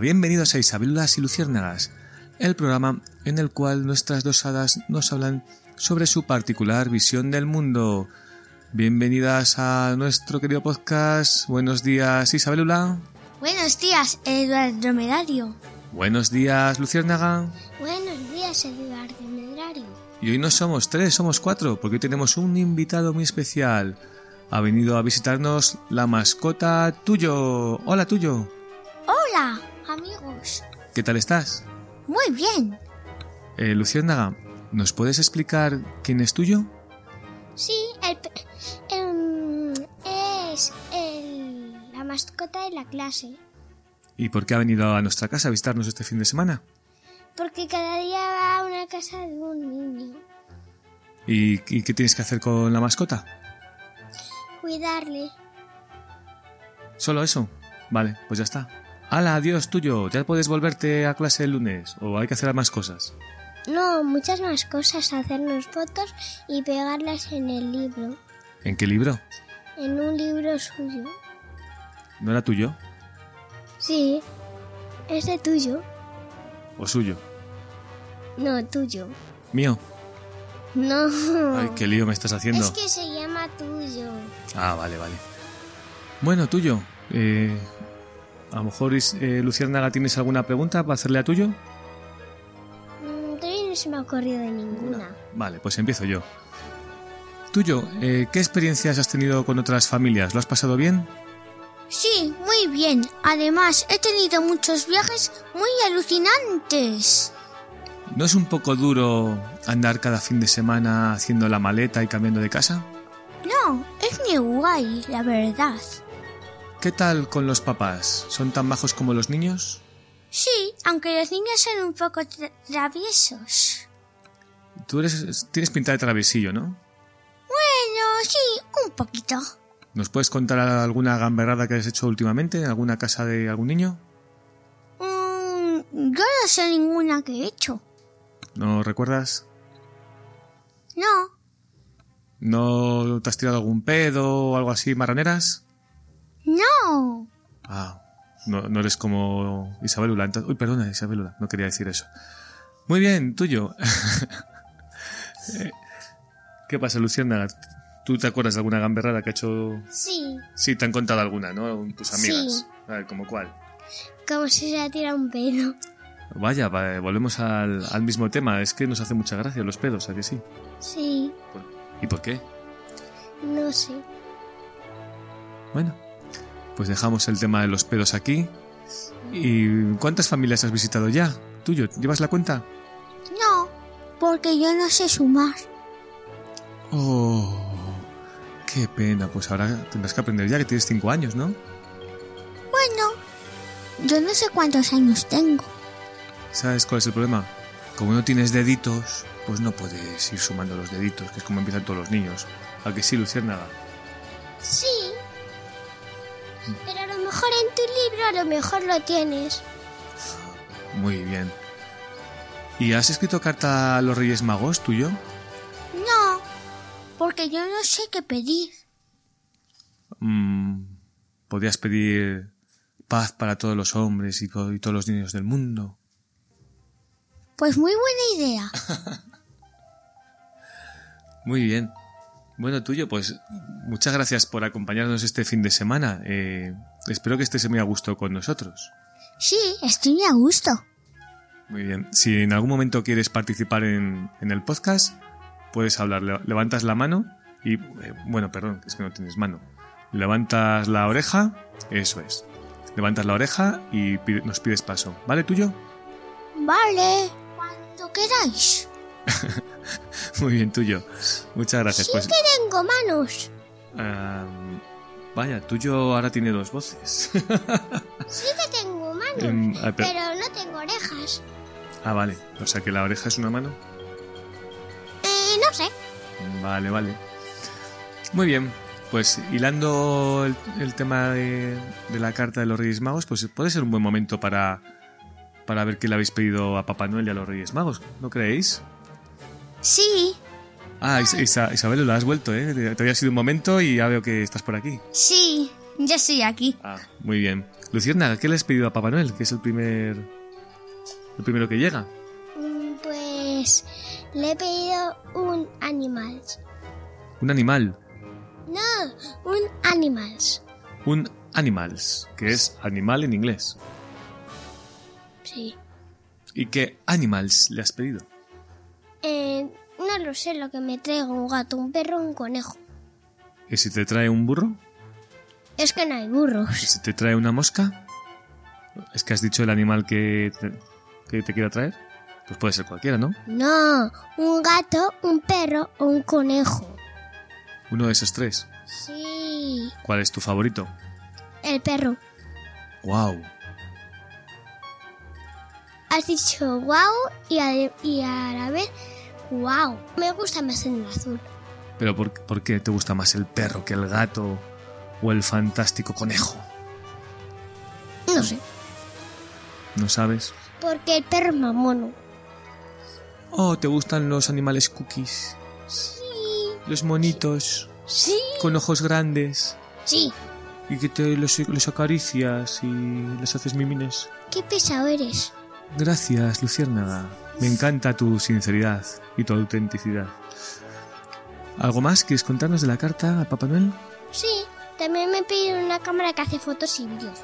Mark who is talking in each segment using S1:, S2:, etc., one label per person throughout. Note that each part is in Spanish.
S1: Bienvenidos a Isabelulas y Luciérnagas, el programa en el cual nuestras dos hadas nos hablan sobre su particular visión del mundo. Bienvenidas a nuestro querido podcast. Buenos días, Isabelula.
S2: Buenos días, Eduardo Medario.
S1: Buenos días, Luciérnaga.
S3: Buenos días, Eduardo Medario.
S1: Y hoy no somos tres, somos cuatro, porque hoy tenemos un invitado muy especial. Ha venido a visitarnos la mascota Tuyo. Hola, Tuyo.
S3: Hola, amigos.
S1: ¿Qué tal estás?
S3: Muy bien.
S1: Eh, Luciérnaga, ¿nos puedes explicar quién es Tuyo?
S3: Sí, el, em, es el- la mascota de la clase.
S1: ¿Y por qué ha venido a nuestra casa a visitarnos este fin de semana?
S3: Porque cada día va a una casa de un niño.
S1: ¿Y, y qué tienes que hacer con la mascota?
S3: Cuidarle.
S1: ¿Solo eso? Vale, pues ya está. ¡Hala, adiós, Tuyo! Ya puedes volverte a clase el lunes, o hay que hacer más cosas.
S3: No, muchas más cosas. Hacernos fotos y pegarlas en el libro.
S1: ¿En qué libro?
S3: En un libro suyo.
S1: ¿No era tuyo?
S3: Sí. ¿Es de tuyo?
S1: ¿O suyo?
S3: No, tuyo.
S1: ¿Mío?
S3: No.
S1: Ay, qué lío me estás haciendo.
S3: Es que se llama tuyo.
S1: Ah, vale, vale. Bueno, tuyo. eh, a lo mejor, Is- eh, Luciérnaga, ¿tienes alguna pregunta para hacerle a tuyo?
S3: Mm, todavía no se me ha ocurrido ninguna.
S1: Vale, pues empiezo yo. Tuyo, eh, ¿qué experiencias has tenido con otras familias? ¿Lo has pasado bien?
S2: Sí, muy bien. Además, he tenido muchos viajes muy alucinantes.
S1: ¿No es un poco duro andar cada fin de semana haciendo la maleta y cambiando de casa?
S2: No, es muy guay, la verdad.
S1: ¿Qué tal con los papás? ¿Son tan bajos como los niños?
S2: Sí, aunque los niños son un poco tra- traviesos.
S1: Tú eres, tienes pinta de traviesillo, ¿no?
S2: Bueno, sí, un poquito.
S1: ¿Nos puedes contar alguna gamberrada que has hecho últimamente en alguna casa de algún niño?
S2: Mm, yo no sé ninguna que he hecho.
S1: ¿No recuerdas?
S2: No,
S1: ¿No te has tirado algún pedo o algo así, marraneras?
S2: no.
S1: Ah, no, no eres como Isabelula. Entonces... Uy, perdona, Isabelula, no quería decir eso. Muy bien, tuyo. Eh, ¿Qué pasa, Luciana? ¿Tú te acuerdas de alguna gamberrada que ha hecho...?
S3: Sí.
S1: Sí, te han contado alguna, ¿no? Tus
S3: Sí.
S1: amigas. A ver, ¿como cuál?
S3: Como si se le tira un pelo.
S1: Vaya, va, eh, volvemos al, al mismo tema. Es que nos hace mucha gracia los pedos, ¿a que sí?
S3: Sí.
S1: ¿Y por qué?
S3: No sé.
S1: Bueno, pues dejamos el tema de los pedos aquí. ¿Y cuántas familias has visitado ya? ¿Tuyo? ¿Llevas la cuenta?
S2: No, porque yo no sé sumar.
S1: Oh, qué pena. Pues ahora tendrás que aprender ya que tienes cinco años, ¿no?
S2: Bueno, yo no sé cuántos años tengo.
S1: ¿Sabes cuál es el problema? Como no tienes deditos, pues no puedes ir sumando los deditos, que es como empiezan todos los niños. ¿A que sí, Luciérnaga?
S3: Sí. Pero a lo mejor en tu libro a lo mejor lo tienes.
S1: Muy bien. ¿Y has escrito carta a los Reyes Magos, tuyo?
S2: No, porque yo no sé qué pedir.
S1: Mm, ¿Podrías pedir paz para todos los hombres y, to- y todos los niños del mundo?
S2: Pues muy buena idea.
S1: Muy bien. Bueno, tuyo, pues muchas gracias por acompañarnos este fin de semana. Eh, espero que estés muy a gusto con nosotros.
S2: Sí, estoy muy a gusto.
S1: Muy bien. Si en algún momento quieres participar en, en el podcast, puedes hablar. Le- Levantas la mano y... eh, bueno, perdón, es que no tienes mano. Levantas la oreja, eso es. Levantas la oreja y pide- nos pides paso. ¿Vale, tuyo?
S2: Vale, cuando queráis.
S1: Muy bien, tuyo. Muchas gracias. Pues,
S3: Tengo manos.
S1: ah, vaya, tuyo ahora tiene dos voces.
S3: Sí que tengo manos.
S1: Em, ah, pero-
S3: Pero no tengo orejas.
S1: Ah, vale. O sea que la oreja es una mano.
S3: Eh, no sé.
S1: Vale, vale. Muy bien. Pues hilando el, el tema de, de la carta de los Reyes Magos, pues puede ser un buen momento para, para ver qué le habéis pedido a Papá Noel y a los Reyes Magos, ¿no creéis?
S2: Sí,
S1: Ah, Is- Isa- Isabel, lo has vuelto, ¿eh? Te, te había sido un momento y ya veo que estás por aquí.
S2: sí, ya estoy aquí.
S1: Ah, muy bien. Luciérnaga, ¿qué le has pedido a Papá Noel? Que es el primer. El primero que llega.
S2: Mm, Pues le he pedido un animal.
S1: Un animal.
S2: No, un animal.
S1: Un animals, que es animal en inglés.
S2: Sí.
S1: ¿Y qué animals le has pedido?
S2: Eh, no lo sé lo que me traigo, un gato, un perro, un conejo.
S1: ¿Y si te trae un burro?
S2: Es que no hay burros.
S1: ¿Y si te trae una mosca? Es que has dicho el animal que te, que te quiera traer. Pues puede ser cualquiera, ¿no?
S2: No, un gato, un perro o un conejo.
S1: Uno de esos tres.
S2: Sí,
S1: ¿Cuál es tu favorito?
S2: el perro.
S1: ¡Wow!
S2: Has dicho guau y a, y a la vez guau. Me gusta más en el azul.
S1: ¿Pero por, por qué te gusta más el perro que el gato o el fantástico conejo?
S2: No sé.
S1: ¿No sabes?
S2: Porque el perro es más mono.
S1: Oh, te gustan los animales cookies.
S2: Sí,
S1: Los monitos
S2: sí,
S1: con ojos grandes
S2: sí.
S1: y que te los, los acaricias y les haces mimines.
S2: Qué pesado eres.
S1: Gracias, Luciérnaga. Me encanta tu sinceridad y tu autenticidad. ¿Algo más quieres contarnos de la carta a Papá Noel?
S2: Sí, también me he pedido una cámara que hace fotos y vídeos.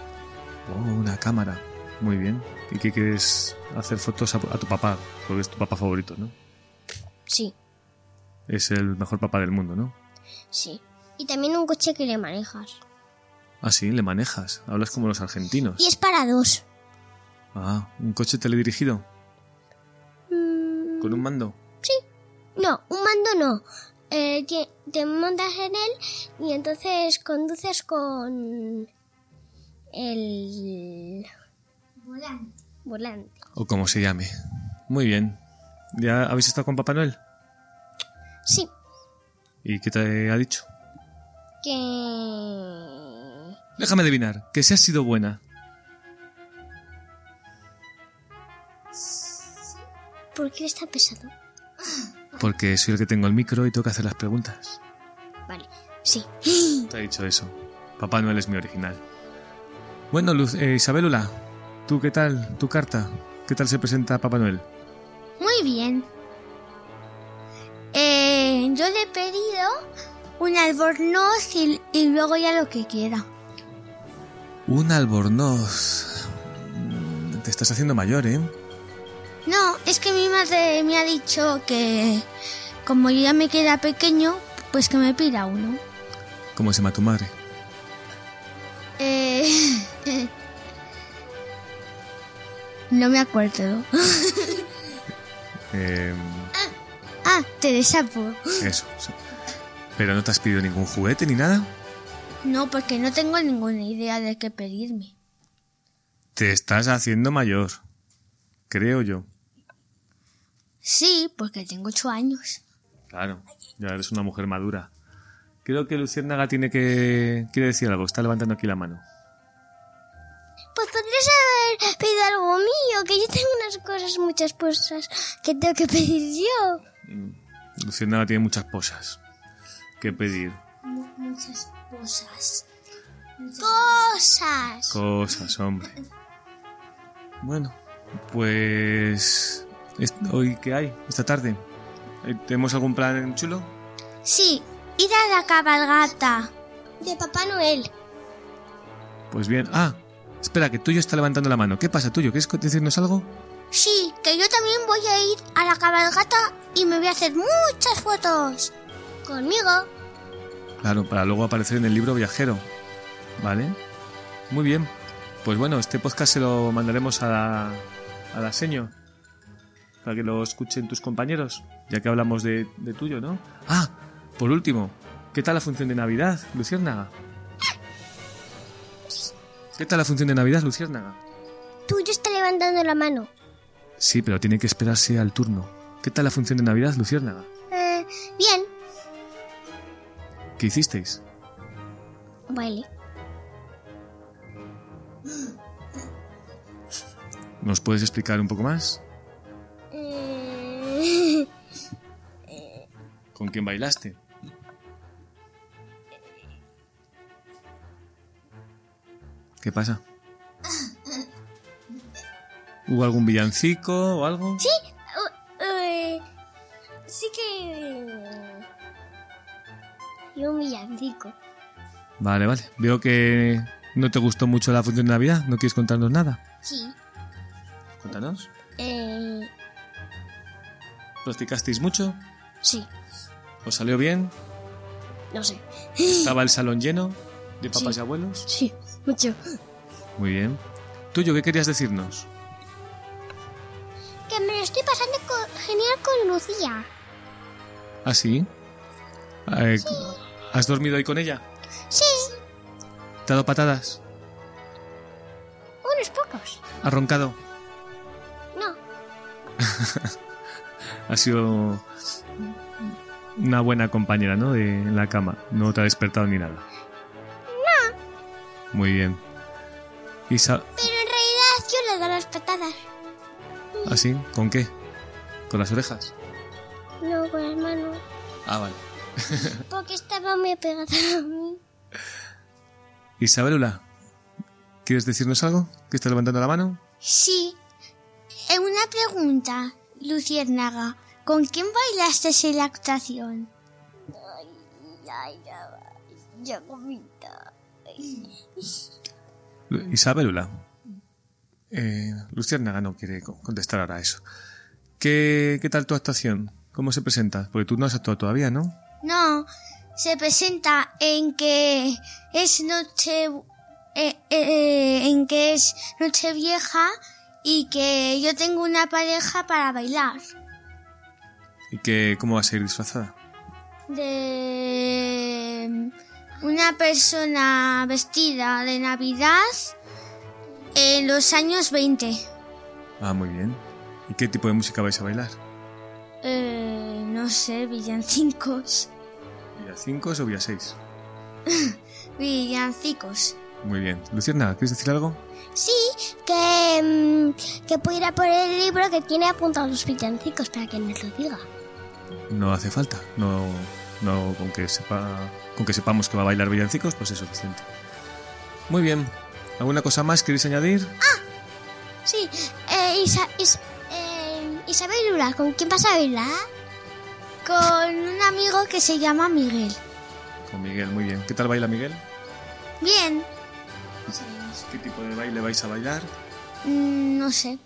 S1: Oh, una cámara. Muy bien. ¿Y qué quieres hacer fotos a, a tu papá? Porque es tu papá favorito, ¿no?
S2: Sí,
S1: Es el mejor papá del mundo, ¿no?
S2: sí. Y también un coche que le manejas.
S1: Así Ah, le manejas. Hablas como los argentinos.
S2: Y es para dos.
S1: Ah, un coche teledirigido.
S2: Mm,
S1: Con un mando.
S2: No, un mando no. Eh, que te montas en él y entonces conduces con el volante. volante.
S1: O como se llame. Muy bien. ¿Ya habéis estado con Papá Noel?
S2: Sí,
S1: ¿Y qué te ha dicho?
S2: que...
S1: Déjame adivinar, que si has sido buena.
S2: ¿Por qué está pesado?
S1: Porque soy el que tengo el micro y tengo que hacer las preguntas.
S2: Vale, sí.
S1: Te ha dicho eso. Papá Noel es mi original. Bueno, Luz, eh, Isabelula, ¿tú qué tal? ¿Tu carta? ¿Qué tal se presenta Papá Noel?
S4: Muy bien. Eh, yo le he pedido un albornoz y, y luego ya lo que quiera.
S1: Un albornoz. Mm, Te estás haciendo mayor, ¿eh?
S4: No, es que mi madre me ha dicho que como yo ya me queda pequeño, pues que me pida uno.
S1: ¿Cómo se llama tu madre?
S4: Eh, no me acuerdo.
S1: Eh,
S4: Ah, Teresa Po.
S1: eso. sí. ¿Pero no te has pedido ningún juguete ni nada?
S4: No, porque no tengo ninguna idea de qué pedirme.
S1: Te estás haciendo mayor. Creo yo.
S4: Sí, porque tengo ocho años.
S1: Claro, ya eres una mujer madura. Creo que Luciérnaga tiene que. quiere decir algo, está levantando aquí la mano.
S2: Pues podrías haber pedido algo mío, que yo tengo unas cosas, muchas cosas que tengo que pedir yo.
S1: Luciérnaga tiene muchas posas que pedir.
S2: Muchas cosas. Cosas.
S1: Cosas, hombre. Bueno, pues. es- ¿Hoy qué hay? ¿Esta tarde? Eh, ¿Tenemos algún plan chulo?
S4: Sí, ir a la cabalgata.
S2: De Papá Noel.
S1: Pues bien. Ah, espera, que Tuyo está levantando la mano. ¿Qué pasa, Tuyo? ¿Quieres decirnos algo?
S4: Sí, que yo también voy a ir a la cabalgata y me voy a hacer muchas fotos.
S2: Conmigo.
S1: Claro, para luego aparecer en el libro viajero. ¿Vale? Muy bien. Pues bueno, este podcast se lo mandaremos a la, a la seño. Para que lo escuchen tus compañeros. Ya que hablamos de, de tuyo, ¿no? Ah, por último. ¿Qué tal la función de Navidad, Luciérnaga? ¿Qué tal la función de Navidad, Luciérnaga?
S2: Tú yo está levantando la mano.
S1: Sí, pero tiene que esperarse al turno. ¿Qué tal la función de Navidad, Luciérnaga?
S2: Eh, bien.
S1: ¿Qué hicisteis?
S2: Vale.
S1: ¿Nos puedes explicar un poco más?
S2: Eh,
S1: ¿Con quién bailaste? ¿Qué pasa? ¿Hubo algún villancico o algo?
S3: Sí, u- eh, sí que... eh, Y un villancico.
S1: Vale, vale. Veo que no te gustó mucho la función de Navidad. ¿No quieres contarnos nada?
S3: Sí.
S1: Cuéntanos.
S3: Eh,
S1: ¿Practicasteis mucho?
S3: sí,
S1: ¿Os salió bien?
S3: no sé.
S1: ¿Estaba el salón lleno de papás
S3: Sí.
S1: y abuelos?
S3: Sí, mucho.
S1: Muy bien. Tuyo, ¿qué querías decirnos?
S3: Que me lo estoy pasando co- genial con Lucía.
S1: ¿Ah, sí? Eh, ¿Has dormido ahí con ella?
S3: Sí,
S1: ¿Te ha dado patadas?
S3: unos pocos.
S1: ¿Ha roncado?
S3: No,
S1: Ha sido una buena compañera, ¿no? De, en la cama. No te ha despertado ni nada. No. Muy bien. ¿Y sa-
S3: pero en realidad yo le doy las patadas.
S1: así? ¿Con qué? ¿Con las orejas?
S3: No, con las manos.
S1: Ah, vale.
S3: Porque estaba muy pegada a mí.
S1: Isabelula, ¿quieres decirnos algo? ¿Que estás levantando la mano?
S2: Sí. Eh, Una pregunta, Luciérnaga. ¿Con quién bailaste en la actuación?
S3: Ay, ya, ya comita.
S1: Lu- Isabelula. Eh, Luciérnaga no quiere co- contestar ahora eso. ¿Qué, ¿Qué tal tu actuación? ¿Cómo se presenta? Porque tú no has actuado todavía, ¿no?
S2: No, se presenta en que es noche eh, eh, eh, en que es noche vieja y que yo tengo una pareja para bailar
S1: ¿Y qué, cómo vas a ir disfrazada?
S2: de una persona vestida de Navidad en los años 20.
S1: Ah, muy bien. ¿Y qué tipo de música vais a bailar?
S2: Eh, no sé, villancicos.
S1: ¿Vía 5 o vía 6?
S2: Villancicos.
S1: Muy bien. Luciérnaga, ¿quieres decir algo?
S3: Sí, que, mm, que puedo ir a por el libro que tiene apuntados los villancicos para que nos lo diga.
S1: No hace falta. No, no con que sepa, con que sepamos que va a bailar villancicos, pues es suficiente. Muy bien. ¿Alguna cosa más queréis añadir?
S3: Sí, eh, Isa- Is- eh, Isabel Lula, ¿con quién vas a bailar?
S2: Con un amigo que se llama Miguel.
S1: Con Miguel, muy bien. ¿Qué tal baila Miguel?
S2: Bien,
S1: ¿Qué tipo de baile vais a bailar?
S2: mm, no sé.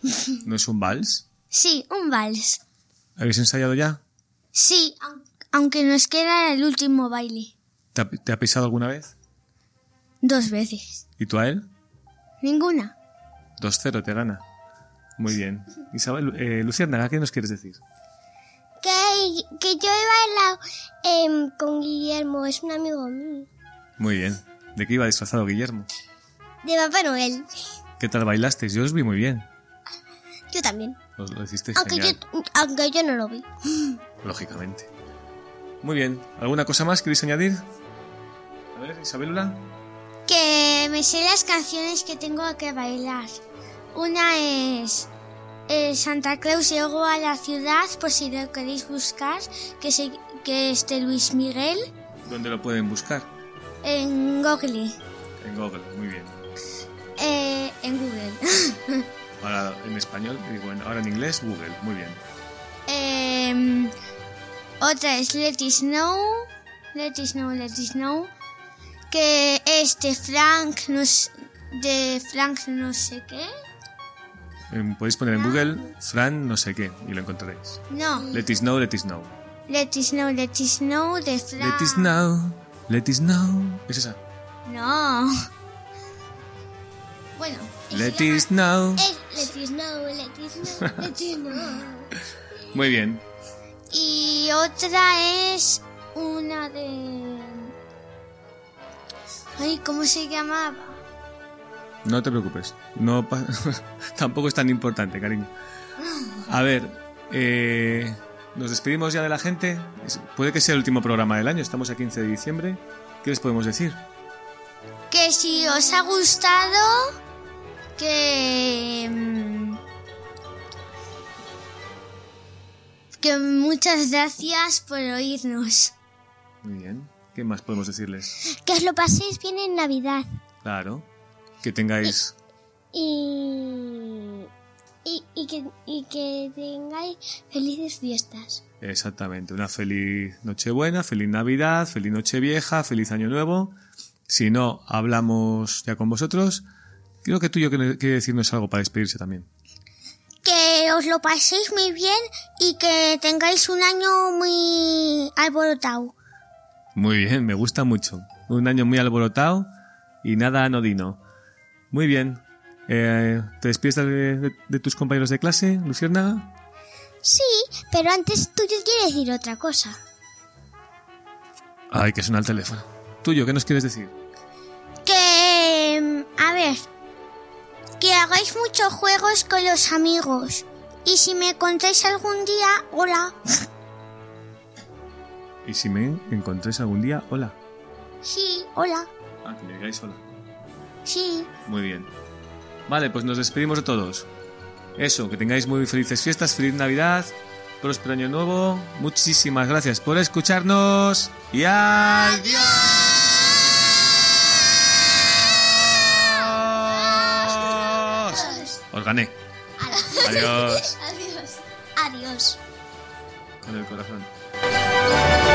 S1: ¿No es un vals?
S2: Sí, un vals.
S1: ¿Habéis ensayado ya?
S2: Sí, au- aunque nos queda el último baile.
S1: ¿Te ha, te ha pisado alguna vez?
S2: Dos veces.
S1: ¿Y tú a él?
S2: Ninguna.
S1: 2-0 te gana. Muy bien. Isabel, eh, Luciérnaga, ¿qué nos quieres decir?
S3: Que, que yo he bailado em, con Guillermo, es un amigo mío.
S1: Muy bien. ¿De qué iba disfrazado Guillermo?
S3: De Papá Noel.
S1: ¿Qué tal bailasteis? Yo os vi muy bien.
S3: Yo también.
S1: Os lo hicisteis
S3: Aunque yo,
S1: genial,
S3: aunque yo no lo vi.
S1: lógicamente. Muy bien. ¿Alguna cosa más queréis añadir? A ver, Isabelula.
S2: Que me sé las canciones que tengo que bailar. Una es eh, Santa Claus llegó a la ciudad, por si lo queréis buscar, que, se, que es de Luis Miguel
S1: ¿Dónde lo pueden buscar?
S2: en Google.
S1: En Google, muy bien.
S2: Eh, en Google.
S1: Ahora en español, digo, en- ahora en inglés, Google, muy bien.
S2: Em, otra es Let It Snow. Let It Snow, Let It Snow. Que es de Frank, no s- de Frank no sé qué.
S1: Em, Podéis poner en Google Fran no sé qué y lo encontraréis.
S2: No,
S1: Let it snow, let it snow.
S2: Let It Snow, Let It Snow de Frank.
S1: Let it snow, let it snow. Es esa.
S2: No. Bueno. y
S1: Let
S2: se llama-
S1: it snow.
S3: Eh, let it snow, let it snow, let it snow.
S1: Muy bien.
S2: Y otra es una de... Ay, ¿cómo se llamaba?
S1: No te preocupes. No pa- tampoco es tan importante, cariño. A ver, eh, nos despedimos ya de la gente. Es- Puede que sea el último programa del año. Estamos a 15 de diciembre. ¿Qué les podemos decir?
S2: Que si os ha gustado, que... mm, Que muchas gracias por oírnos.
S1: Muy bien. ¿Qué más podemos decirles?
S3: Que os lo paséis bien en Navidad.
S1: Claro. Que tengáis
S3: Y. y, y que, y que tengáis felices fiestas.
S1: Exactamente. Una feliz Nochebuena, feliz Navidad, feliz Nochevieja, feliz Año Nuevo. Si no hablamos ya con vosotros, creo que tú y yo quiere quiere decirnos algo para despedirse también.
S2: Que os lo paséis muy bien y que tengáis un año muy alborotado.
S1: Muy bien, me gusta mucho. Un año muy alborotado y nada anodino. Muy bien. Eh, ¿Te despides de, de- de tus compañeros de clase, Luciérnaga?
S3: Sí, pero antes tú yo quiero decir otra cosa.
S1: Ay, que suena el teléfono. Tuyo, ¿qué nos quieres decir?
S2: Que, mm, a ver, que hagáis muchos juegos con los amigos. Y si me contáis algún día, hola.
S1: Y si me encontréis algún día, hola.
S2: Sí, hola.
S1: Ah, que me digáis hola.
S2: Sí.
S1: Muy bien. Vale, pues nos despedimos de todos. Eso, que tengáis muy felices fiestas, feliz Navidad, próspero año nuevo. Muchísimas gracias por escucharnos y adiós. Os gané. Adiós.
S3: Adiós. Adiós.
S1: Con el corazón.
S3: Adiós.